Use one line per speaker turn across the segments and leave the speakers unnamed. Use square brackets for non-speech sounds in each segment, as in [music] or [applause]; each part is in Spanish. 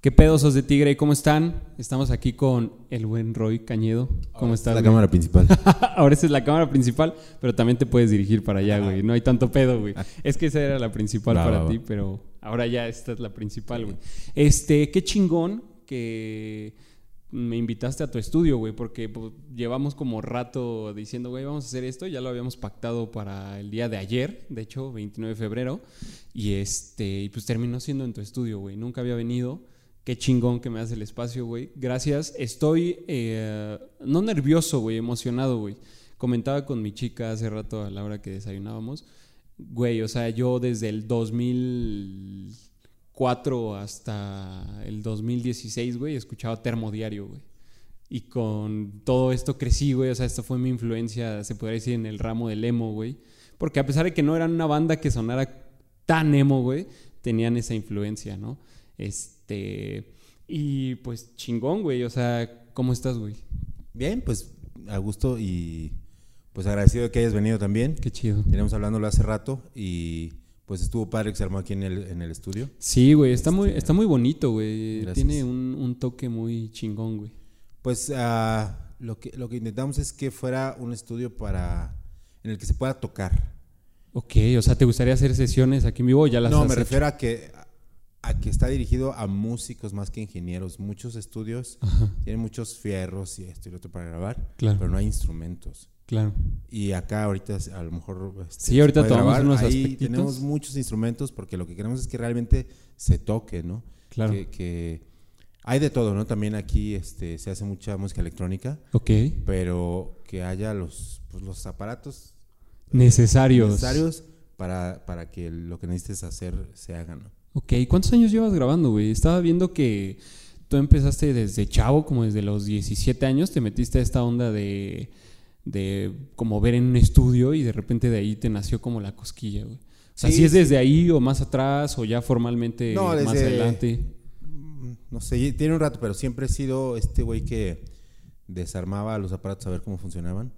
¿Qué pedosos de Tigre? ¿Cómo están? Estamos aquí con el buen Roy Cañedo. ¿Cómo estás?
La
güey?
cámara principal.
[laughs] Ahora esa es la cámara principal, pero también te puedes dirigir para allá, güey. No hay tanto pedo, güey. Es que esa era la principal
Ah. Va,
para
va, va.
ti, pero ahora ya esta es la principal, güey. Este, qué chingón que me invitaste a tu estudio, güey, porque pues, llevamos como rato diciendo, güey, vamos a hacer esto, ya lo habíamos pactado para el día de ayer, de hecho, 29 de febrero, y este, y pues terminó siendo en tu estudio, güey, nunca había venido, qué chingón que me das el espacio, güey, gracias, estoy, eh, no nervioso, güey, emocionado, güey, comentaba con mi chica hace rato a la hora que desayunábamos, güey, o sea, yo desde el 2004 hasta el 2016, güey, escuchaba Termo Diario, güey. Y con todo esto crecí, güey, o sea, esto fue mi influencia, se podría decir, en el ramo del emo, güey. Porque a pesar de que no eran una banda que sonara tan emo, güey, tenían esa influencia, ¿no? Este... Y pues chingón, güey, o sea, ¿cómo estás, güey?
[laughs] Bien, pues a gusto y pues agradecido que hayas venido también.
Qué chido.
Teníamos hablándolo hace rato y pues estuvo padre que se armó aquí en el, en el estudio.
Sí, güey, está muy, está muy bonito, güey.
Gracias.
Tiene un, un toque muy chingón, güey.
Pues ah, lo, que, lo que intentamos es que fuera un estudio para en el que se pueda tocar.
Ok, o sea, ¿te gustaría hacer sesiones aquí en vivo? o Ya las
No,
has
me
hecho?
refiero a que, a que está dirigido a músicos más que ingenieros. Muchos estudios tienen muchos fierros y esto y lo otro para grabar,
Claro.
pero no hay instrumentos.
Claro.
Y acá ahorita es- a lo mejor... este,
Sí, ahorita
se puede
tomamos
grabar.
unos
Ahí
aspectitos.
tenemos muchos instrumentos porque lo que queremos es que realmente se toque, ¿no?
Claro.
Que, que hay de todo, ¿no? También aquí este, se hace mucha música electrónica,
Ok.
pero que haya los, pues, los aparatos
Necesarios.
necesarios para, para que lo que necesites hacer se haga, ¿no?
Ok, ¿cuántos años llevas grabando, güey? Estaba viendo que tú empezaste desde chavo, como desde los 17 años, te metiste a esta onda de, de como ver en un estudio y de repente de ahí te nació como la cosquilla, güey. O sea,
Sí,
si es
sí.
desde ahí o más atrás o ya formalmente
No,
más
desde-
adelante.
No sé, tiene un rato, pero siempre he sido este güey que desarmaba los aparatos a ver cómo funcionaban.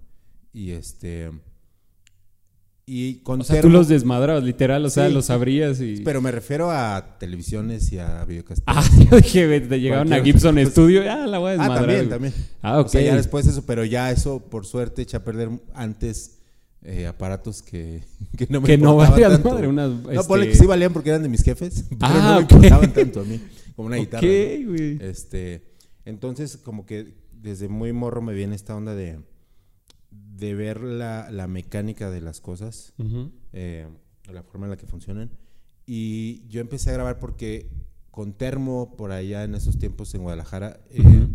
Y este... Y con
O sea, tú
termo-
los desmadrabas, literal, o sea,
Sí.
los abrías y...
Pero me refiero a televisiones y a videocastetes.
[laughs] Ah, yo dije, "Ve, te llegaron a
Cualquier-
Gibson
pues-
Studio, ah, la voy a
Ah,
desmadrar.
también,
güey".
también.
Ah, ok.
O sea, ya después eso, pero ya eso, por suerte, eché a perder antes eh, aparatos que, [laughs] que no me
Que no
importaban
valían
tanto.
madre, unas,
no,
este-
ponle que sí valían porque eran de mis jefes, [laughs] pero
Ah,
no me
ok.
importaban tanto a mí, como una
Ok,
guitarra. ¿no?
güey.
Este, entonces, como que desde muy morro me viene esta onda de, de ver la, la mecánica de las cosas
Ujú.
eh, la forma en la que funcionan. Y yo empecé a grabar porque con Termo, por allá en esos tiempos en Guadalajara, eh,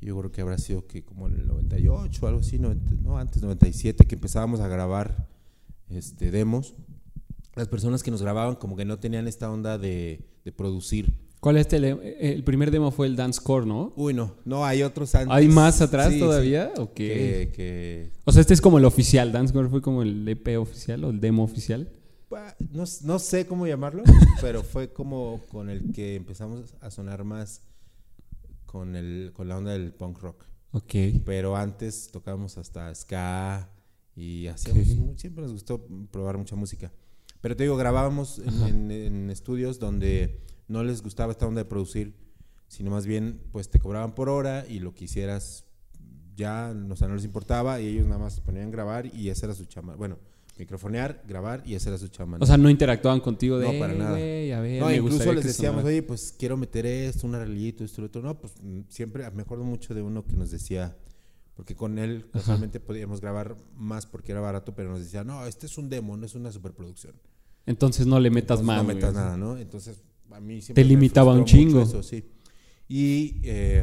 yo creo que habrá sido que como en el 98 o algo así, 90 no, antes 97, que empezábamos a grabar este, demos. Las personas que nos grababan como que no tenían esta onda de, de producir.
¿Cuál es este? le- El primer demo fue el Dance Core, ¿no?
Uy, no, no, hay otros antes.
¿Hay más atrás
Sí, sí,
todavía? Ok.
que- que
O sea, este es como el oficial. Dance Core fue como el EP oficial o el demo oficial.
Pa- No, s- no sé cómo llamarlo, pero fue como con el que empezamos a sonar más con, el, con la onda del punk rock.
Ok.
Pero antes tocábamos hasta ska y hacíamos,
Ok.
mu- siempre nos gustó probar mucha música. Pero te digo, grabábamos en- en, en estudios donde no les gustaba esta onda de producir, sino más bien pues te cobraban por hora y lo que hicieras ya, no- o sea, no les importaba y ellos nada más se ponían a grabar y esa era su chamba. Bueno, microfonear, grabar y esa era su chamba.
O sea, no interactuaban contigo de.
No, para nada.
"Güey, a ver,
No,
me
incluso
gustaría
les
que
decíamos,
sonara".
oye, pues quiero meter esto, un arreglito, esto, lo otro. No, pues mm, siempre, me acuerdo mucho de uno que nos decía, Porque con él casualmente podíamos grabar más porque era barato, pero nos decía, no, este es un demo, no es una superproducción.
Entonces no le metas
Entonces,
más.
No
güey,
metas
o sea.
nada, ¿no? Entonces, a mí siempre.
Te
me
limitaba un
frustró mucho
chingo.
Eso, sí. Y eh,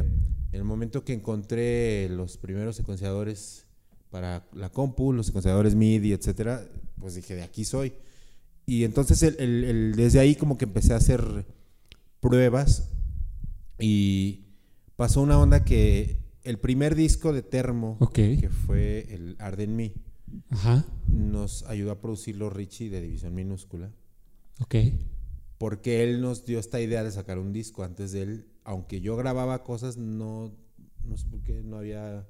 en el momento que encontré los primeros secuenciadores para la compu, los secuenciadores MIDI, etcétera, pues dije, de aquí soy. Y entonces, el- el- el- desde ahí, como que empecé a hacer pruebas y pasó una onda que el primer disco de Termo,
Ok.
que fue el Arden Me,
Ajá.
nos ayudó a producirlo Richie de División Minúscula
Ok.
porque él nos dio esta idea de sacar un disco antes de él, aunque yo grababa cosas, no, no sé por qué no había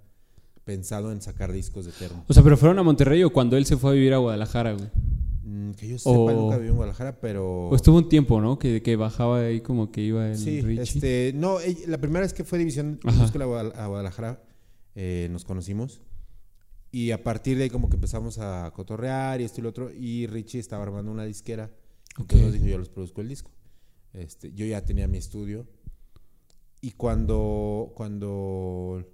pensado en sacar discos de termo.
O sea, pero fueron a Monterrey o cuando él se fue a vivir a Guadalajara, güey.
Mm, que yo sepa,
O-
nunca viví en Guadalajara, pero...
O estuvo un tiempo, ¿no? Que, que bajaba ahí como que iba el
sí,
Richie.
este, no, ell- la primera vez que fue División
Ajá.
Minúscula a Guadal- a Guadalajara, eh, nos conocimos. Y a partir de ahí como que empezamos a cotorrear y esto y lo otro, y Richie estaba armando una disquera. Entonces
Ok.
nos dijo, yo los produzco el disco. Este, yo ya tenía mi estudio. Y cuando, cuando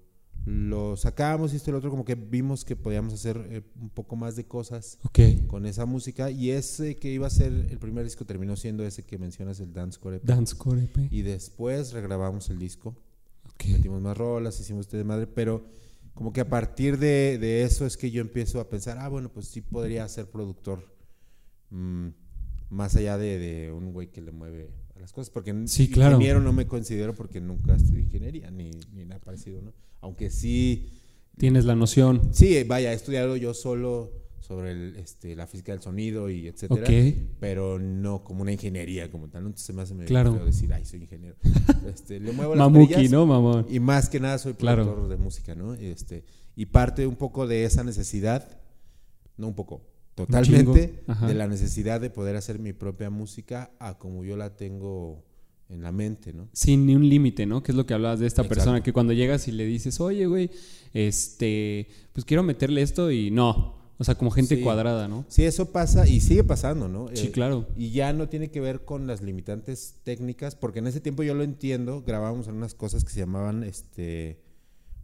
lo sacábamos y esto y lo otro, como que vimos que podíamos hacer eh, un poco más de cosas
Ok.
con esa música. Y ese que iba a ser el primer disco terminó siendo ese que mencionas, el Dancecore EP.
Dancecore EP.
Y después regrabamos el disco,
E Ok.
metimos más rolas, hicimos este madre, pero como que a partir de, de eso es que yo empiezo a pensar, ah, bueno, pues sí podría ser productor mm, más allá de, de un güey que le mueve a las cosas, porque n-
Sí, claro.
ingeniero no me considero porque nunca estudié ingeniería ni, ni nada parecido, ¿no? Aunque sí,
Tienes la noción.
sí, eh, vaya, he estudiado yo solo sobre el, este, la física del sonido y etcétera,
Ok.
pero no como una ingeniería como tal, ¿no? entonces se me hace medio
Claro.
feo decir, ay,
[laughs]
soy ingeniero. Este, le muevo las
Mamuki,
perillas,
¿no, mamón?
y más que nada soy
Claro.
productor de música, ¿no? Este, y parte un poco de esa necesidad, no un poco, totalmente,
Ajá.
de la necesidad de poder hacer mi propia música a como yo la tengo en la mente, ¿no?
sin ni un límite, ¿no? Que es lo que hablabas de esta
Exacto.
persona que cuando llegas y le dices, oye, güey, este, pues quiero meterle esto y no. O sea, como gente
Sí.
cuadrada, ¿no?
Sí, eso pasa y sigue pasando, ¿no? Eh,
Sí, claro.
Y ya no tiene que ver con las limitantes técnicas, porque en ese tiempo yo lo entiendo, grabábamos en unas cosas que se llamaban este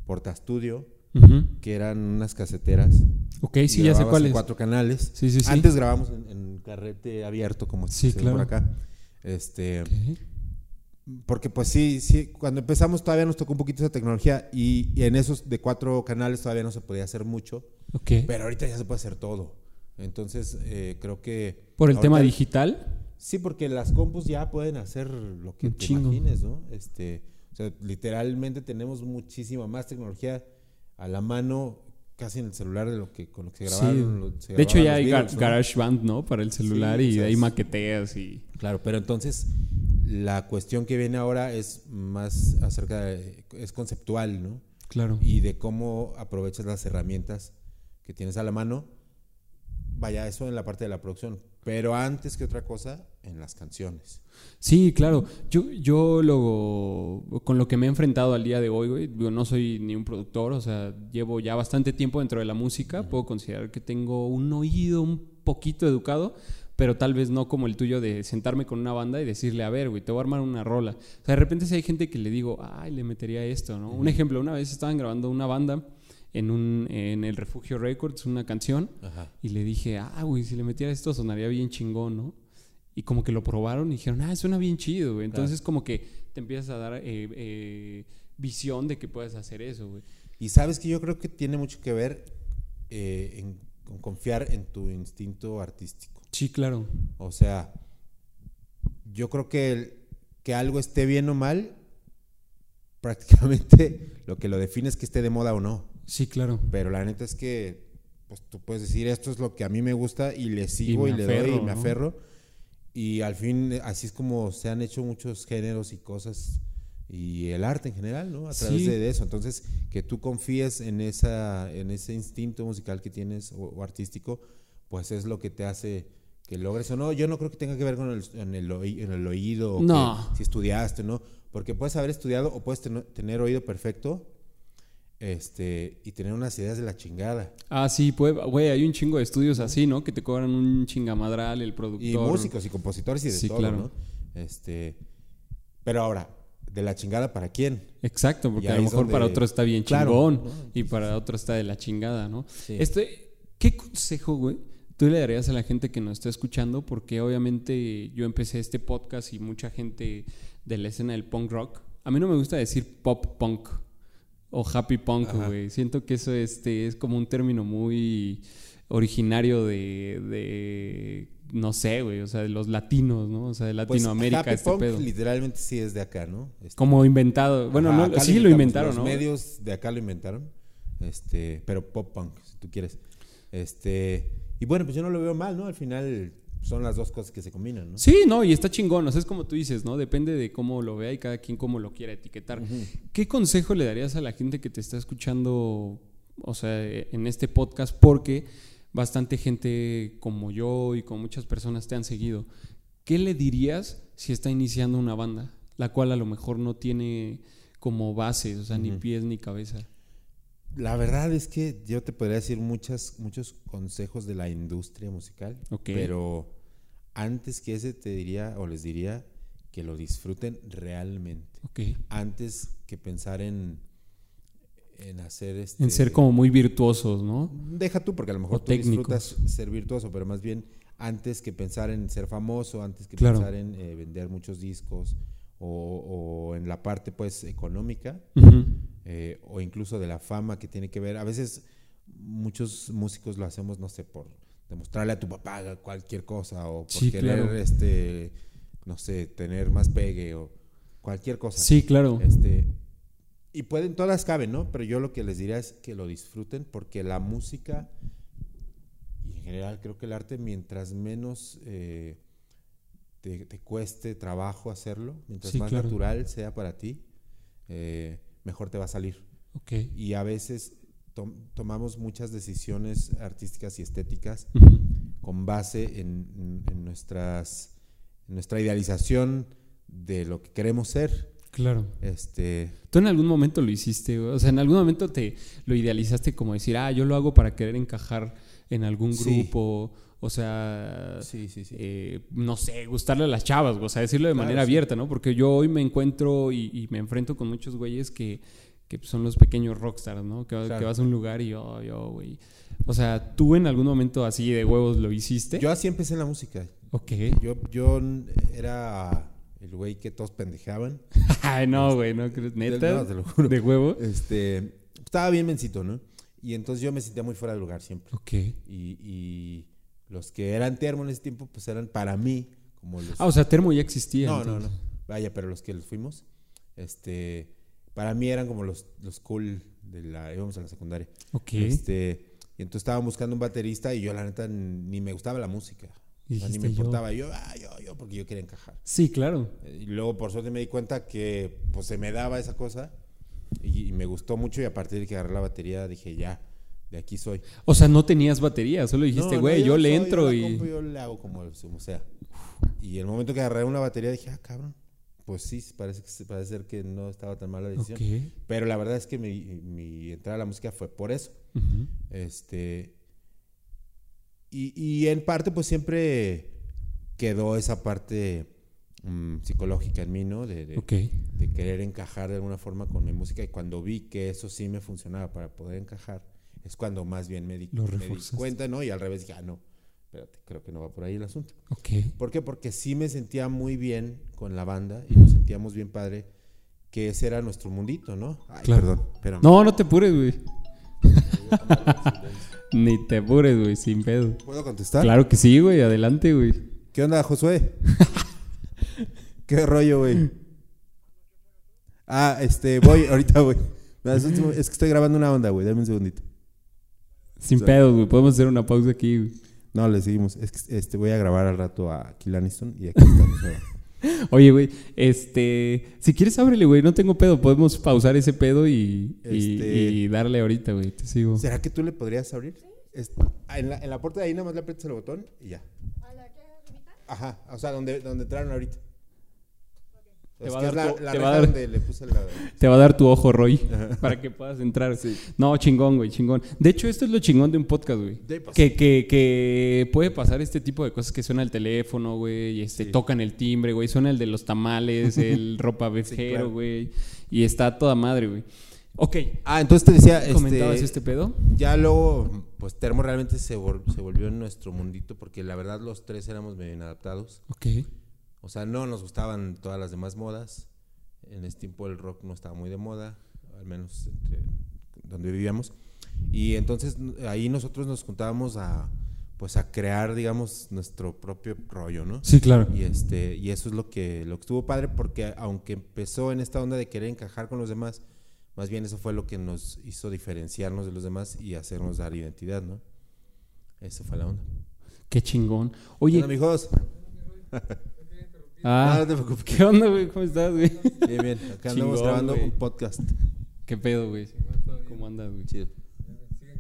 portastudio,
Ujú.
que eran unas caseteras.
Ok, sí, ya sé
grababas
cuál
en
es.
cuatro canales.
Sí, sí, sí.
Antes grabamos en, en carrete abierto, como
Sí,
se dice por
claro.
acá. Este,
Ok.
Porque pues sí, sí, cuando empezamos todavía nos tocó un poquito esa tecnología y, y en esos de cuatro canales todavía no se podía hacer mucho,
Ok.
pero ahorita ya se puede hacer todo. Entonces eh, creo que...
Por el tema
ahorita-
digital,
Sí, porque las compus ya pueden hacer lo que
Un
te
chingo.
imagines, ¿no? Este, o sea, literalmente tenemos muchísima más tecnología a la mano, casi en el celular de lo que con lo que se grabaron. lo-
sí.
se
De hecho,
grababan
ya
los
hay
videos,
Gar-
¿no?
GarageBand, ¿no? Para el celular
Sí, o
y
sea,
de ahí
es-
maqueteas y.
Claro, pero entonces la cuestión que viene ahora es más acerca de, es conceptual, ¿no?
Claro.
Y de cómo aprovechas las herramientas que tienes a la mano. Vaya, eso en la parte de la producción. Pero antes que otra cosa, en las canciones.
Sí, claro. Yo, yo lo, con lo que me he enfrentado al día de hoy, güey, digo, no soy ni un productor, o sea, llevo ya bastante tiempo dentro de la música, puedo considerar que tengo un oído un poquito educado, pero tal vez no como el tuyo de sentarme con una banda y decirle, a ver, güey, te voy a armar una rola. O sea, de repente si hay gente que le digo, ay, le metería esto, ¿no? Un ejemplo, una vez estaban grabando una banda en, un, en el Refugio Records, una canción,
Ajá.
y le dije, ah, güey, si le metiera esto sonaría bien chingón, ¿no? Y como que lo probaron y dijeron, ah, suena bien chido, güey. Entonces como que te empiezas a dar eh, eh, visión de que puedes hacer eso, güey.
Y sabes que yo creo que tiene mucho que ver eh, en- con confiar en tu instinto artístico.
Sí, claro.
O sea, yo creo que el- que algo esté bien o mal, prácticamente [laughs] lo que lo define es que esté de moda o no.
Sí, claro.
Pero la neta es que pues, tú puedes decir esto es lo que a mí me gusta y le sigo
me
y, le doy
aferro,
y
¿no?
me aferro. Y al fin eh, así es como se han hecho muchos géneros y cosas y el arte en general, ¿no? A través
Sí.
de, de eso. Entonces, que tú confíes en esa en ese instinto musical que tienes o, o artístico, pues es lo que te hace que logres o no. Yo no creo que tenga que ver con el, en el, oí- en el oído, o que
No.
si estudiaste, ¿no? Porque puedes haber estudiado o puedes ten- tener oído perfecto, este, y tener unas ideas de la chingada.
Ah, sí, pues, güey, hay un chingo de estudios así, ¿no? Que te cobran un chingamadral el productor.
Y músicos y compositores y de
Sí,
todo,
claro.
¿no? Este, pero ahora, de la chingada para quién.
Exacto, porque
Y
a
ahí
lo
es
mejor para
donde-
otro está bien
Claro,
chingón
¿no?
y para otro está de la chingada, ¿no?
Sí.
Este, ¿Qué consejo, güey, tú le darías a la gente que nos está escuchando? Porque obviamente yo empecé este podcast y mucha gente de la escena del punk rock. A mí no me gusta decir pop punk o happy punk, güey. Siento que eso este, es como un término muy originario de, de no sé, güey, o sea, de los latinos, ¿no? O sea, de
Pues,
Latinoamérica
Happy
este
Punk
pedo.
literalmente sí es de acá, ¿no? Este,
Como inventado. Bueno,
ajá,
no,
acá
sí lo inventaron,
inventamos,
¿no?
Los medios de acá lo inventaron. Este, pero pop punk, si tú quieres. Este, y bueno, pues yo no lo veo mal, ¿no? Al final son las dos cosas que se combinan, ¿no?
Sí, no, y está chingón. O sea, es como tú dices, ¿no? Depende de cómo lo vea y cada quien cómo lo quiera etiquetar. ¿Qué consejo le darías a la gente que te está escuchando, o sea, en este podcast? Porque bastante gente como yo y con muchas personas te han seguido. ¿Qué le dirías si está iniciando una banda, la cual a lo mejor no tiene como bases, o sea, ni pies ni cabeza?
La verdad es que yo te podría decir muchas, muchos consejos de la industria musical,
Ok.
pero antes que ese te diría o les diría que lo disfruten realmente.
Ok.
Antes que pensar en, en hacer este,
En ser como muy virtuosos, ¿no?
Deja tú, porque a lo mejor
O
tú
técnicos.
disfrutas ser virtuoso, pero más bien antes que pensar en ser famoso, antes que
Claro.
pensar en eh, vender muchos discos o, o en la parte pues económica
Ujú.
eh, o incluso de la fama que tiene que ver. A veces muchos músicos lo hacemos, no sé, por demostrarle a tu papá cualquier cosa o por
Sí,
querer,
claro.
este, no sé, tener más pegue o cualquier cosa.
Sí, claro.
Este, y pueden, todas las caben, ¿no? Pero yo lo que les diría es que lo disfruten porque la música y en general creo que el arte mientras menos eh, te, te cueste trabajo hacerlo, mientras
Sí,
más
claro.
natural sea para ti, eh, mejor te va a salir.
Ok.
Y a veces tom- tomamos muchas decisiones artísticas y estéticas
Ujú.
con base en, en- en nuestras, en nuestra idealización de lo que queremos ser.
Claro.
Este,
¿Tú en algún momento lo hiciste? güey? O sea, en algún momento te lo idealizaste como decir, ah, yo lo hago para querer encajar en algún
Sí.
grupo. O sea,
Sí, sí, sí.
eh, no sé, gustarle a las chavas, güey, o sea, decirlo de
Claro,
manera
sí.
abierta, ¿no? Porque yo hoy me encuentro y, y me enfrento con muchos güeyes que, que son los pequeños rockstars, ¿no? Que,
Claro.
que vas a un lugar y yo, yo, güey. O sea, ¿tú en algún momento así de huevos lo hiciste?
Eh, Yo así empecé en la música.
Ok.
Yo, yo era el güey que todos [laughs] pendejaban.
[laughs] Ay, no, güey, no creo. ¿Neta?
Este, no, te lo juro.
¿De huevo?
Este, estaba bien mencito, ¿no? Y entonces yo me sentía muy fuera de lugar siempre.
Ok.
Y, y los que eran termo en ese tiempo, pues eran para mí como los...
Ah, o sea, Termo ya existía.
no, no,
entonces.
no. Vaya, pero los que los fuimos, este, para mí eran como los, los cool de la... íbamos a la secundaria.
Ok.
Este, y entonces estaba buscando un baterista y yo la neta ni me gustaba la música. O sea, ni
Dijiste,
me
"Yo".
importaba. Yo, ah, yo, yo, porque yo quería encajar.
Sí, claro.
Y luego por suerte me di cuenta que pues se me daba esa cosa y, y me gustó mucho y a partir de que agarré la batería dije ya, de aquí soy.
O sea, no tenías batería, solo dijiste,
No, no,
este güey, yo, le
soy,
entro
la
y.
compro, yo le hago como, el- como sea. Y el momento que agarré una batería dije, ah, cabrón, pues sí, parece, que, parece ser que no estaba tan mala la decisión.
Ok.
Pero la verdad es que mi, mi entrada a la música fue por eso.
Ujú.
Este. Y, y en parte, pues siempre quedó esa parte mm, psicológica en mí, ¿no? De, de-
Ok.
de querer encajar de alguna forma con mi música. Y cuando vi que eso sí me funcionaba para poder encajar, es cuando más bien me di,
Lo
me di
reforzaste.
cuenta, ¿no? Y al revés dije, ah, no, espérate, creo que no va por ahí el asunto.
Ok.
¿Por qué? Porque sí me sentía muy bien con la banda y nos sentíamos bien padre, que ese era nuestro mundito, ¿no? Ay,
Claro.
perdón, espérame.
No, no te apures, güey. [laughs] Ni te apures, güey, sin pedo.
¿Puedo contestar?
Claro que sí, güey, adelante, güey.
¿Qué onda, Josué?
[laughs]
¿Qué rollo, güey? Ah, este, voy ahorita, güey. Me asusto, güey. Es que estoy grabando una onda, güey. Dame un segundito.
Sin pedo, güey, podemos hacer una pausa aquí, güey.
No, le seguimos. Es que este, voy a grabar al rato a Kill Aniston y aquí estamos. ahora.
Oye, güey, este. Si quieres, ábrele, güey, no tengo pedo. Podemos pausar ese pedo y, y-
Este-
y darle ahorita, güey. Te sigo.
[laughs] ¿Será que tú le podrías abrir? Es- ah, en, la, en la puerta de ahí nada más le aprietas el botón y ya. ¿A la que Ajá, o sea, donde, donde entraron ahorita.
Te va
que
a
es
dar
la,
tu-
la
te va
reja
a dar-
donde le puse la...
Te va a dar tu ojo, Roy, para que puedas entrar. No, chingón, güey, chingón. De hecho, esto es lo chingón de un podcast, güey.
De pues, paso.
Que, que, que puede pasar este tipo de cosas que suena el teléfono, güey, y este, tocan el timbre, güey, suena el de los
[laughs]
tamales, el ropa
claro.
güey, y está toda madre, güey. Ok,
Ah, entonces te decía...
¿comentabas
este-
este pedo?
Ya luego, pues Termo realmente se, vol- se volvió nuestro mundito porque la verdad los tres éramos medio inadaptados.
Ok.
O sea, no nos gustaban todas las demás modas. En ese tiempo el rock no estaba muy de moda, al menos entre donde vivíamos. Y entonces n- ahí nosotros nos juntábamos a pues a crear, digamos, nuestro propio rollo, ¿no?
Sí, claro.
Y este y eso es lo que lo que estuvo padre porque aunque empezó en esta onda de querer encajar con los demás, más bien eso fue lo que nos hizo diferenciarnos de los demás y hacernos dar identidad, ¿no? Esa fue la onda.
Qué chingón. Oye,
Bueno, amigos,
ah,
Ah, no te
[laughs]
preocupes.
¿qué onda, güey? ¿Cómo estás, güey?
bien, bien, acá andamos
Chingón,
grabando
güey.
un podcast.
¿Qué pedo, güey? ¿Cómo andas, güey?
Chido,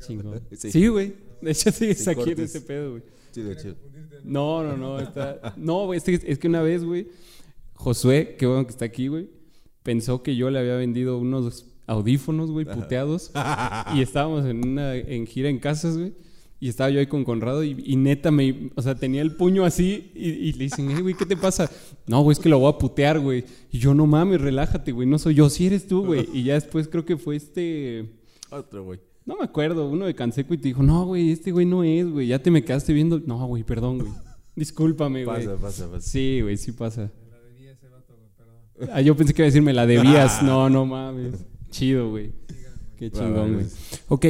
Chingón.
Sí.
Sí, güey. de hecho, sigues
Sin
aquí en
cortes.
ese pedo, güey.
chido, chido.
No, no, no. Está... No, güey, es que, es que una vez, güey, Josué, qué bueno que está aquí, güey, pensó que yo le había vendido unos audífonos, güey, puteados. y estábamos en una en gira en casas, güey. Y estaba yo ahí con Conrado y, y neta me... O sea, tenía el puño así y, y le dicen, "Eh, güey, ¿qué te pasa? No, güey, es que lo voy a putear, güey. Y yo, no mames, relájate, güey. No soy yo, sí eres tú, güey. Y ya después creo que fue este...
Otro, güey.
No me acuerdo, uno de Canseco y te dijo, no, güey, este güey no es, güey, ya te me quedaste viendo. No, güey, perdón,
[laughs]
güey. Discúlpame, güey.
Pasa, pasa, pasa.
Sí, güey, sí pasa. Ah, yo pensé que iba a decirme la
[laughs]
debías. No, no mames. Chido, güey. Qué
Bravo,
chingón, güey.
gracias.
Ok.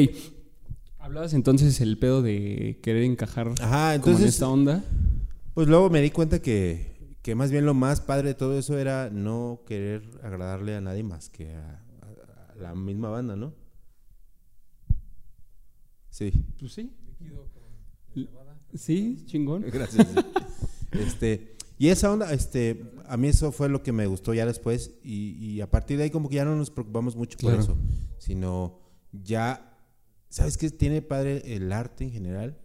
Hablabas entonces el pedo de querer encajar
Ajá,
como en
entonces-
esta onda.
Pues luego me di cuenta que, que más bien lo más padre de todo eso era no querer agradarle a nadie más que a, a- a la misma banda, ¿no? Sí.
Pues sí. Sí, chingón.
[laughs] Gracias. este, y esa onda, este, a mí eso fue lo que me gustó ya después y, y a partir de ahí como que ya no nos preocupamos mucho
Claro.
por eso, sino ya, ¿sabes qué tiene padre el arte en general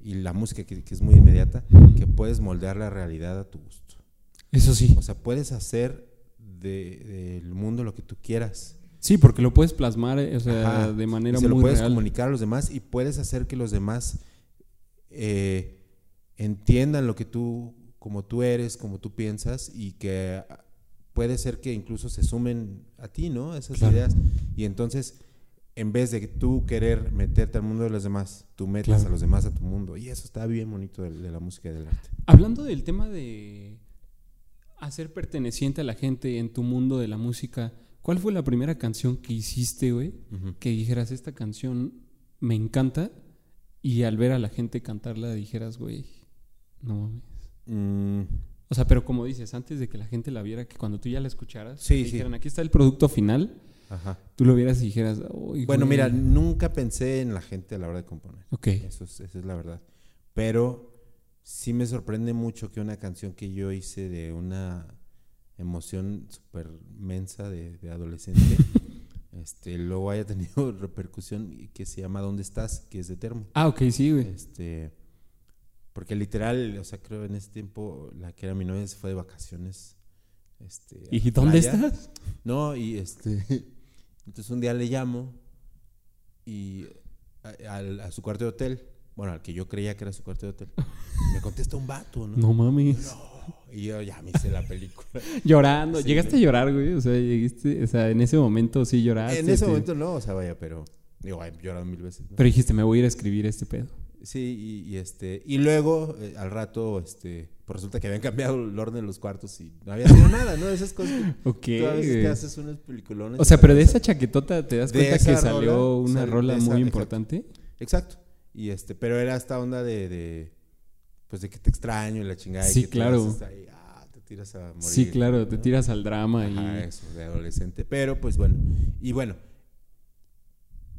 y la música que, que es muy inmediata? Que puedes moldear la realidad a tu gusto.
Eso sí.
O sea, puedes hacer de- del mundo lo que tú quieras.
Sí, porque lo puedes plasmar, eh, o sea,
Ajá.
de
Y
manera
se lo
muy
puedes
real.
comunicar a los demás y puedes hacer que los demás eh, entiendan lo que tú, como tú eres, como tú piensas y que ah, puede ser que incluso se sumen a ti, ¿no? Esas
Claro.
ideas. Y entonces, en vez de tú querer meterte al mundo de los demás, tú metes
Claro.
a los demás a tu mundo. Y eso está bien bonito de, de la música y del arte.
Hablando del tema de hacer perteneciente a la gente en tu mundo de la música, ¿cuál fue la primera canción que hiciste, güey? Que dijeras, esta canción me encanta y al ver a la gente cantarla dijeras, güey, no mames.
Mm,
O sea, pero como dices, antes de que la gente la viera, que cuando tú ya la escucharas,
Sí,
te
sí.
dijeran, aquí está el producto final,
ajá.
tú lo vieras y dijeras, "Uy,
Bueno,
güey".
mira, nunca pensé en la gente a la hora de componer.
Ok,
Eso es, esa es la verdad. Pero sí me sorprende mucho que una canción que yo hice de una emoción súper mensa de, de adolescente,
[laughs]
este, luego haya tenido [laughs] repercusión y que se llama ¿Dónde estás? que es de Termo.
Ah, ok, sí, güey.
Este, porque literal, o sea, creo en ese tiempo la que era mi novia se fue de vacaciones. Este, a
¿Y
la
dónde
playa.
estás?
No, y este. [laughs] Entonces un día le llamo y a, al- a su cuarto de hotel, bueno, al que yo creía que era su cuarto
[laughs]
de hotel, me contesta un vato, ¿no?
No mames.
Y yo ya me hice la
[laughs]
película.
Llorando,
Sí,
llegaste a llorar, güey. O sea, llegaste, o sea, en ese momento Ah, sí lloraste.
en ese
te-
momento no, o sea, vaya, pero. Digo, he llorado mil veces. ¿no?
Pero dijiste, me voy a ir a escribir este pedo.
Sí, y, y este. Y luego, eh, al rato, este. Pues resulta que habían cambiado el orden de los cuartos y no había sido nada, ¿no? Esas cosas
[laughs]
que.
Ok.
tú a veces
güey.
te haces unos peliculones.
O
y
sea,
te
pero de
acuerdas.
esa chaquetota te das
De
cuenta
esa
que
rola,
salió una
sal-
rola
de esa-
muy
exacto.
importante.
Exacto. Y este, pero era esta onda de, de, pues de que te extraño y la chingada. y
Sí,
que te
claro.
haces ahí, ah, te tiras a morir.
Sí, claro, te
¿no?
tiras al drama
Ajá,
y.
eso, de adolescente. Pero pues bueno, y bueno,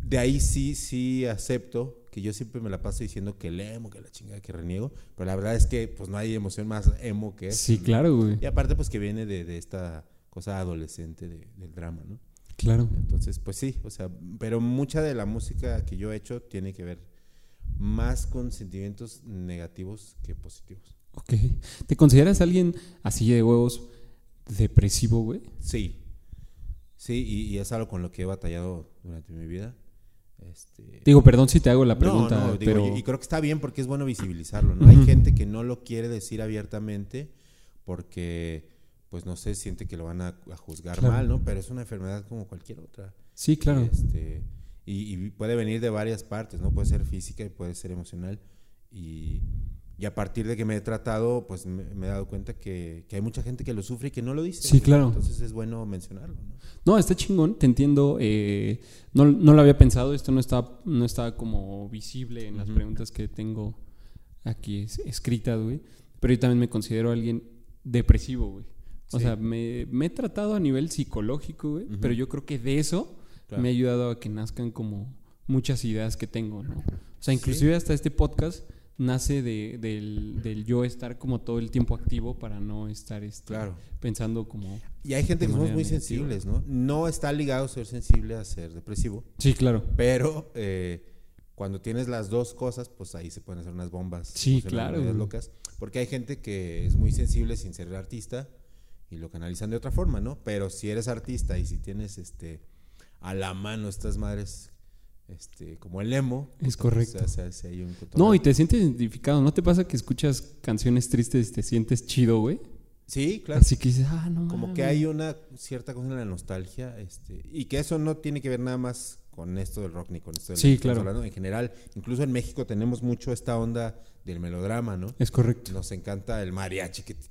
de ahí sí, sí acepto que yo siempre me la paso diciendo que el emo, que la chingada, que reniego, pero la verdad es que pues no hay emoción más emo que eso.
Sí,
¿no?
claro, güey.
Y aparte pues que viene de, de esta cosa adolescente de- del drama, ¿no?
Claro.
Entonces, pues sí, o sea, pero mucha de la música que yo he hecho tiene que ver más con sentimientos negativos que positivos.
Ok. ¿Te consideras alguien así de huevos depresivo, güey.
Sí. Sí, y, y es algo con lo que he batallado durante mi vida. Este,
Digo, perdón si te hago la pregunta,
no, no, digo,
pero...
y- y creo que está bien porque es bueno visibilizarlo, ¿no? Hay gente que no lo quiere decir abiertamente porque, pues no sé, siente que lo van a, a juzgar
Claro.
mal, ¿no? Pero es una enfermedad como cualquier otra.
Sí, claro.
Este, y, y puede venir de varias partes, ¿no? Puede ser física y puede ser emocional. Y, y a partir de que me he tratado, pues me, me he dado cuenta que, que hay mucha gente que lo sufre y que no lo dice.
Sí, claro.
Entonces es bueno mencionarlo, ¿no?
No, está chingón, te entiendo. eh, no, no lo había pensado, esto no está, no está como visible en las preguntas que tengo aquí es- escritas, güey. Pero yo también me considero alguien depresivo, güey. O
Sí.
sea, me, me he tratado a nivel psicológico, güey. Pero yo creo que de eso
Claro.
me ha ayudado a que nazcan como muchas ideas que tengo, ¿no? O sea, inclusive hasta este podcast nace de- del, del yo estar como todo el tiempo activo para no estar este,
Claro.
pensando como...
Y hay gente
De
que somos
manera
muy
negativa.
sensibles, ¿no? No está ligado ser sensible a ser depresivo,
Sí, claro.
pero eh, cuando tienes las dos cosas, pues ahí se pueden hacer unas bombas.
Sí,
emocionales
claro,
medias
güey.
locas. Porque hay gente que es muy sensible sin ser artista y lo canalizan de otra forma, ¿no? Pero si eres artista y si tienes este a la mano estas madres este, como el emo.
Es
pues,
correcto.
o sea, si hay un cotorreo.
No, y te sientes identificado. ¿No te pasa que escuchas canciones tristes y te sientes chido, güey?
Sí, claro.
Así que dices, ah, no.
Como que hay una cierta cosa en la nostalgia, este, y que eso no tiene que ver nada más con esto del rock ni con esto del
Sí,
lo que estamos
claro.
hablando en general. Incluso en México tenemos mucho esta onda del melodrama, ¿no?
Es correcto.
Nos encanta el mariachi, que t-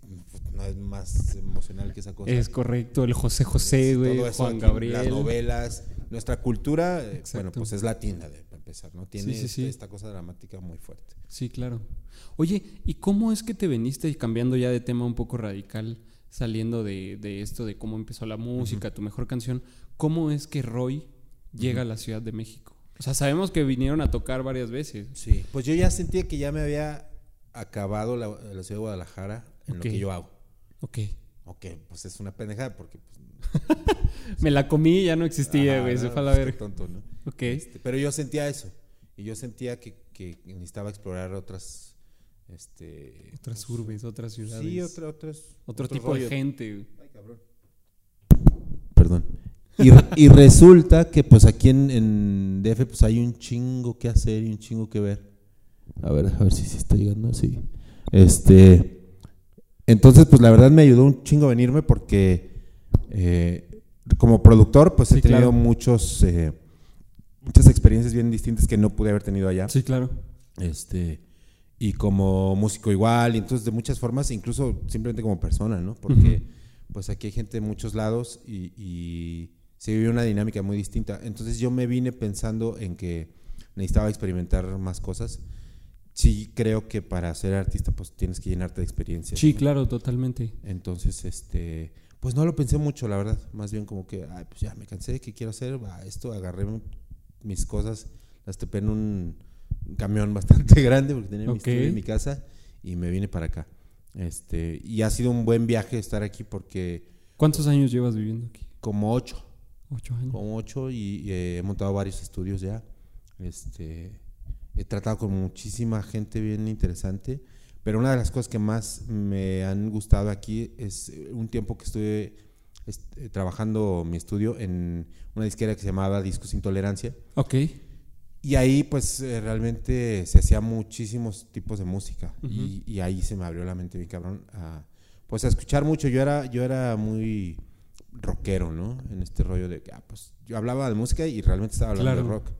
no es más emocional que esa cosa.
Es correcto. El José José,
Todo
güey.
eso
Juan
aquí,
Gabriel.
Las novelas. Nuestra cultura, eh,
Exacto.
bueno, pues es latina de para empezar, ¿no? Tiene
Sí, sí, sí.
esta cosa dramática muy fuerte.
Sí, claro. Oye, ¿y cómo es que te veniste cambiando ya de tema un poco radical, saliendo de, de esto de cómo empezó la música, tu mejor canción? ¿Cómo es que Roy llega a la Ciudad de México? O sea, sabemos que vinieron a tocar varias veces.
Sí. Pues yo ya sentía que ya me había acabado la, la ciudad de Guadalajara en
Ok.
lo que yo hago.
Ok.
Ok, pues es una pendejada porque pues,
Me la comí y ya no existía,
Ajá,
güey.
¿no?
Se fue a la
Pues, qué
verga.
tonto, ¿no?
Ok.
Este, pero yo sentía eso. Y yo sentía que, que necesitaba explorar otras. Este,
Otras urbes, otras ciudades.
sí, otra- otras.
Otro, tipo
rollo.
de gente. güey.
Perdón. Y, y resulta que, pues aquí en, en DF, pues hay un chingo que hacer y un chingo que ver. A ver, a ver si se está llegando así. Este. Entonces, pues la verdad me ayudó un chingo venirme porque eh, como productor, pues
Sí,
he tenido
claro.
muchos, eh, muchas experiencias bien distintas que no pude haber tenido allá.
Sí, claro.
Este, y como músico igual, y entonces de muchas formas, incluso simplemente como persona, ¿no? Porque pues aquí hay gente de muchos lados y, y se vive una dinámica muy distinta. Entonces yo me vine pensando en que necesitaba experimentar más cosas. Sí creo que para ser artista pues tienes que llenarte de experiencias.
Sí,
¿no?
claro, totalmente.
Entonces, este, pues no lo pensé mucho, la verdad. Más bien como que, ay, pues ya me cansé, ¿qué quiero hacer? Va, esto, agarré mi- mis cosas, las tepé en un camión [laughs] bastante grande porque tenía mi
Ok.
estudio en mi casa y me vine para acá. Este, y ha sido un buen viaje estar aquí porque
¿Cuántos años llevas viviendo aquí?
como ocho,
Ocho años.
como ocho y, y, eh, he montado varios estudios ya. Este, he tratado con muchísima gente bien interesante, pero una de las cosas que más me han gustado aquí es eh, un tiempo que estuve este, trabajando mi estudio en una disquera que se llamaba Discos Intolerancia.
Ok.
Y ahí pues eh, realmente se hacía muchísimos tipos de música y, y ahí se me abrió la mente bien cabrón a, pues a escuchar mucho. Yo era, yo era muy rockero, ¿no? En este rollo de que, ah, pues yo hablaba de música y realmente estaba hablando de
Claro.
rock.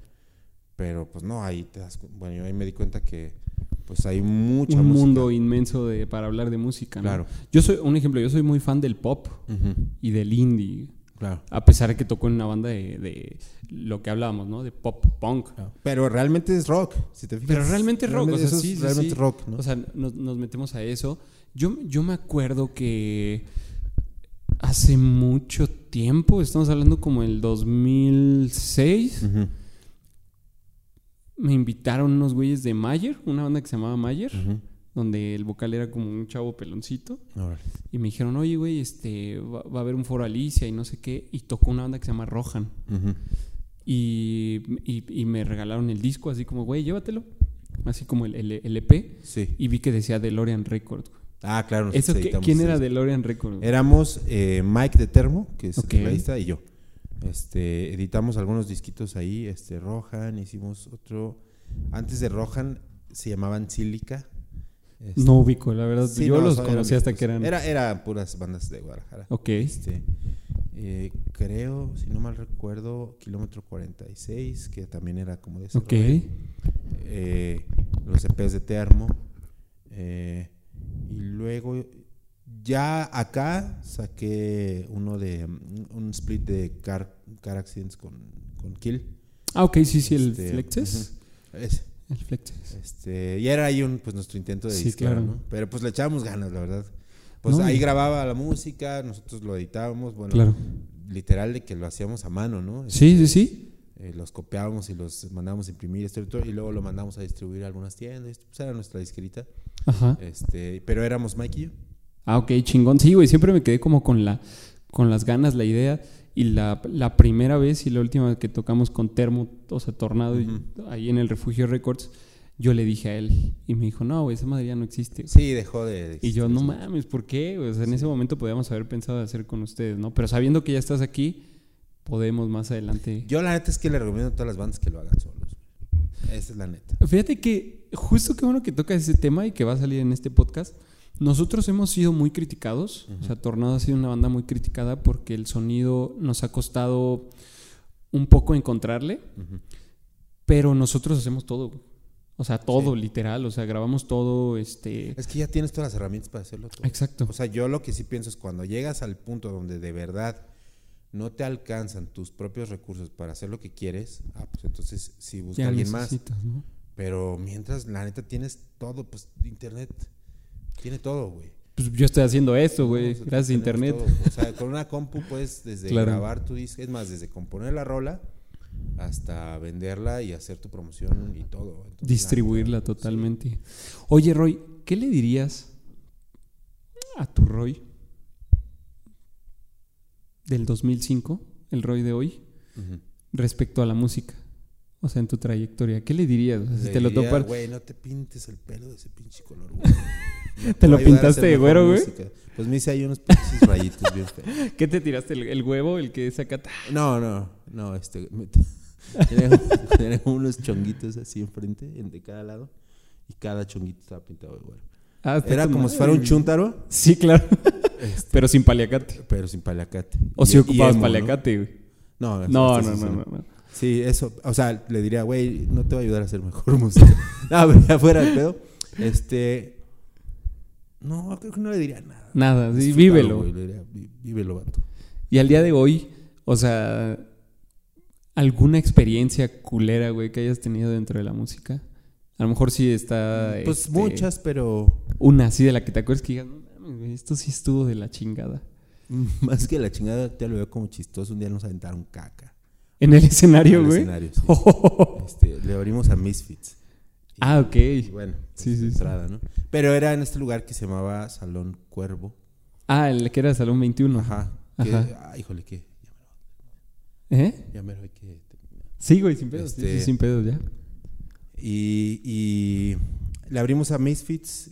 Pero pues no, ahí te das cu- bueno, yo ahí me di cuenta que pues hay mucha
Un
música.
mundo inmenso de, para hablar de música. ¿no?
Claro.
Yo soy, un ejemplo, yo soy muy fan del pop
Ujú,
y del indie.
Claro.
A pesar de que tocó en una banda de, de lo que hablábamos, ¿no? De pop punk.
Pero realmente es rock, si te fijas.
Pero realmente rock,
Realmente
o sea,
eso es
sí, sí,
realmente
sí.
rock, ¿no?
O sea, nos, nos metemos a eso. Yo, yo me acuerdo que hace mucho tiempo, estamos hablando como el 2006,
Ujú,
me invitaron unos güeyes de Mayer, una banda que se llamaba Mayer,
ujú.
donde el vocal era como un chavo peloncito.
Órale.
Y me dijeron, oye, güey, este, va, va a haber un foro Alicia y no sé qué. Y tocó una banda que se llama Rohan.
Ujú.
Y, y- y me regalaron el disco, así como, güey, llévatelo. Así como el, E el- el EP.
Sí.
Y vi que decía DeLorean Record. güey.
Ah, claro, nosotros
Eso, ¿qué-
editamos
¿Quién
ese
era
disco.
DeLorean Record? güey?
Éramos eh, Mike de Termo, que es
Ok.
el tecladista, y yo. Este, editamos algunos disquitos ahí, este, Rohan, hicimos otro. Antes de Rohan se llamaban Sílica. Este,
No ubico, la verdad.
sí,
Yo
no,
los
son-
conocí hasta
discos.
que eran.
Era, eran puras bandas de Guadalajara.
Ok.
Este, eh, creo, si no mal recuerdo, Kilómetro 46, que también era como de ese
Ok.
rollo eh, los EPs de Termo. eh, y luego ya acá saqué uno de mm, un split de Car, car Accidents con, con Kill.
Ah, ok, sí, sí, el
Este,
Flexes.
ujú, ese,
El Flexes.
Este, y era ahí un, pues, nuestro intento de
Sí,
disquera,
claro.
¿no? Pero pues le echábamos ganas, la verdad. Pues
No,
ahí
y-
grababa la música, nosotros lo editábamos, bueno,
Claro.
literal de que lo hacíamos a mano, ¿no?
Sí, sí, sí.
Eh, los copiábamos y los mandábamos a imprimir esto y todo, y luego lo mandamos a distribuir a algunas tiendas. esto, Pues era nuestra disquerita.
Ajá.
Este, pero éramos Mike y yo.
Ah, ok, chingón. Sí, güey, siempre me quedé como con la con las ganas, la idea. Y la, la primera vez y la última que tocamos con Termo, o sea, Tornado, y- ahí en el Refugio Records, yo le dije a él y me dijo, no, güey, esa madre ya no existe.
Sí, dejó de. de
Y yo,
existir
no
eso.
mames, ¿por qué? O sea, en ese momento podíamos haber pensado de hacer con ustedes, ¿no? Pero sabiendo que ya estás aquí, podemos más adelante.
Yo la neta es que le recomiendo a todas las bandas que lo hagan solos. Esa es la neta.
Fíjate que justo que bueno que toca ese tema y que va a salir en este podcast. Nosotros hemos sido muy criticados. O sea, Tornado ha sido una banda muy criticada porque el sonido nos ha costado un poco encontrarle. Pero nosotros hacemos todo. güey. O sea, todo, literal. O sea, grabamos todo, este...
Es que ya tienes todas las herramientas para hacerlo todo.
Exacto.
O sea, yo lo que sí pienso es cuando llegas al punto donde de verdad no te alcanzan tus propios recursos para hacer lo que quieres, ah, pues entonces sí busca
Ya
alguien más.
necesitas, ¿no?
Pero mientras, la neta, tienes todo, pues internet tiene todo, güey.
Pues yo estoy haciendo esto, güey.
O sea,
gracias a
tenemos
internet.
pues, todo. O sea, con una compu puedes desde
Claro.
grabar tu disco, es más, desde componer la rola hasta venderla y hacer tu promoción y todo. Entonces, la
Distribuirla
neta,
totalmente. Oye, Roy, ¿qué le dirías a tu Roy del 2005, el Roy de hoy,
Ujú.
respecto a la música? O sea, en tu trayectoria, ¿qué le dirías? O sea, si
Le
te lo
diría,
topar-
Güey, no te pintes el pelo de ese pinche color,
[laughs]
güey. No
Te
va
lo
a ayudar a
pintaste
hacer
de güero,
mejor
güey.
música. Pues me hice ahí unos pinches rayitos bien feos.
¿Qué te tiraste? ¿El, el huevo? ¿El que sacaste?
No, no, no, este. [laughs] me- Tenía, tenía unos chonguitos así enfrente, en- de cada lado. Y cada chonguito estaba pintado de güero.
Ah, está
Era
tu
como
madre.
si fuera un chúntaro,
Sí, claro. [laughs] Pero sin paliacate.
pero sin paliacate.
O
Y-
si
y
ocupabas
emo, ¿no?
paliacate, güey.
No,
No,
eso-
no,
eso-
no, no, no.
Sí, eso, o sea, le diría, güey, no te va a ayudar a hacer mejor [laughs] música. no, pero ya fuera el pedo. Este. No, creo que no le diría nada.
Nada, sí,
Disfrútalo,
vívelo.
güey, le diría, "Ví- vívelo, vato.
Y al día de hoy, o sea, alguna experiencia culera, güey, que hayas tenido dentro de la música. A lo mejor sí está.
Pues
este,
muchas, pero [laughs]
Una así de la que te acuerdas que digas, "No mames, güey, esto sí estuvo de la chingada.
más que la chingada, te lo veo como chistoso. Un día nos aventaron caca.
En el escenario,
En el
güey.
escenario,
[laughs]
sí. Este, le abrimos a Misfits.
ah, ok.
Y bueno,
Sí,
sí,
sí, sí.
entrada, ¿no? Pero era en este lugar que se llamaba Salón Cuervo.
Ah, el que era Salón 21.
Ajá. que-
Ajá.
ah, híjole, que ya me lo-
¿Eh?
ya me lo hay que terminar.
Sí, güey, sin pedos. sí,
Este-
sí, sin pedos ya.
Y, y le abrimos a Misfits,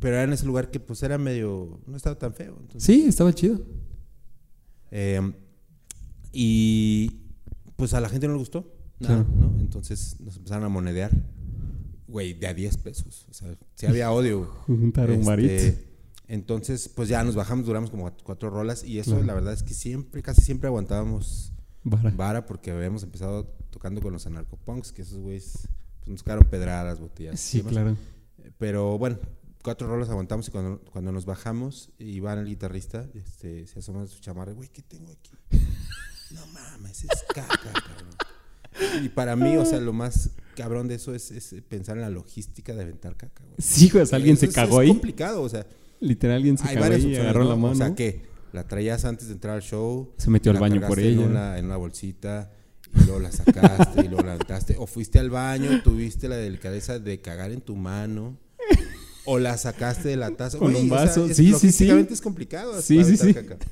pero era en ese lugar que pues era medio, no estaba tan feo. entonces,
Sí, estaba chido.
eh, y pues a la gente no le gustó, nada,
Claro.
¿no? Entonces nos empezaron a monedear, güey, de a 10 pesos. O sea, sí había odio, güey.
Juntaron
Este,
varitos.
Entonces, pues ya nos bajamos, duramos como cuatro rolas y eso la verdad es que siempre, casi siempre aguantábamos
Vara.
vara porque habíamos empezado tocando con los anarcopunks, que esos güeyes pues, nos sacaron pedradas, botellas. y
Sí,
demás.
claro.
Pero bueno, cuatro rolas aguantamos y cuando, cuando nos bajamos, Iván, el guitarrista, este, se asoma a su chamarra, güey, ¿qué tengo aquí? [laughs] No mames, es caca, cabrón. Y para mí, o sea, lo más cabrón de eso es, es pensar en la logística de aventar caca, güey.
Sí, güey, o sea, alguien
Eso
se
es-
cagó
es
ahí.
complicado, o sea,
Literal, alguien se
hay
cagó
varias
ahí y
opciones.
agarró
¿no?
la mano.
O sea, que la traías antes de entrar al show.
Se metió al
la
baño por
cargaste en
ella.
una- en una bolsita. Y luego la sacaste y luego la aventaste. O fuiste al baño, tuviste la delicadeza de cagar en tu mano. O la sacaste de la taza.
Con
Güey,
un
o sea,
vaso.
es-
Sí, sí, sí.
logísticamente es complicado.
Sí,
para
sí,
aventar caca.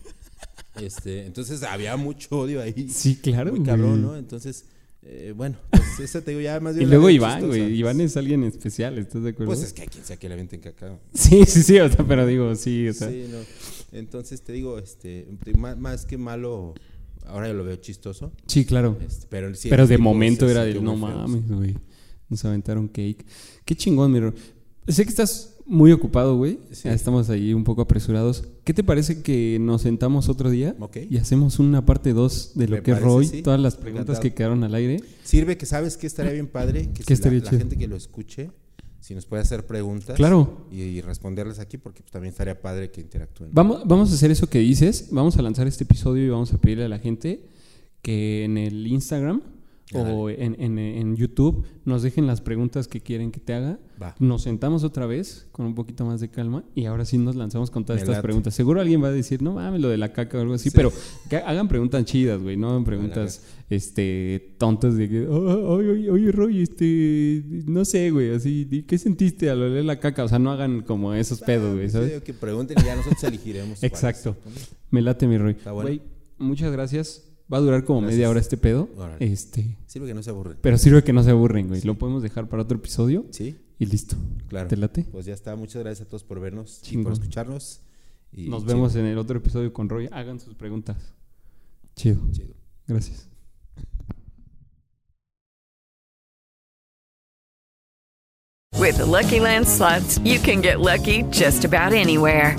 Este, entonces había mucho odio ahí.
Sí, claro,
Muy cabrón,
güey.
¿no? Entonces, Eh, bueno, pues eso te digo ya más
Y
bien. la
luego
vida
Iván,
chistosa.
güey. Iván es alguien especial, ¿estás de acuerdo?
Pues es que hay quien sea que le avienten cacao.
Sí, [laughs] sí, sí, o sea, pero digo, sí, o sea.
Sí, no. Entonces te digo, este, te- ma- más que malo, ahora yo lo veo chistoso.
Sí, claro.
este, pero sí,
Pero
el
de
tipo
momento
se
era
sintió
del no
muy feo,
mames, güey. Nos aventaron cake. Qué chingón, miro. Sé que estás muy ocupado, güey.
Sí.
Ya Estamos ahí un poco apresurados. ¿Qué te parece que nos sentamos otro día
Ok.
y hacemos una parte 2 de lo
Me
que es
parece,
Roy?
sí.
Todas las preguntas
Encantado.
que quedaron al aire.
Sirve que sabes que estaría bien padre que si la-
estaría
la,
chido?
gente que lo escuche, si nos puede hacer preguntas
Claro.
y, y responderles aquí, porque pues, también estaría padre que interactúen.
Vamos, vamos a hacer eso que dices. Vamos a lanzar este episodio y vamos a pedirle a la gente que en el Instagram o en, en- en YouTube nos dejen las preguntas que quieren que te haga.
Va.
Nos sentamos otra vez con un poquito más de calma y ahora sí nos lanzamos con todas
Me
estas
late.
preguntas. Seguro alguien va a decir, no mames, lo de la caca o algo así, pero que hagan preguntas chidas, güey, no hagan preguntas este, tontas de que, "Oh, oye, oye, oye, Roy, este, no sé, güey, así, di, ¿qué sentiste al oler la caca? O sea, no hagan como esos pedos, güey,
Yo
¿sabes?
digo que pregunten y ya nosotros elegiremos. cuáles.
Exacto. Me late mi Roy.
bueno.
Güey, muchas gracias. Va a durar como media hora este pedo.
Órale.
Este,
Sirve que no se aburren.
pero sirve que no se aburren, güey. Lo podemos dejar para otro episodio
Sí,
y listo.
claro.
¿Te late?
Pues ya está. Muchas gracias a todos por vernos y
Chingón.
por escucharnos. Y
Nos
chido,
vemos en el otro episodio con Roy. Hagan sus preguntas. Chido.
chido.
Gracias.
With the Lucky Land slots, you can get lucky just about anywhere.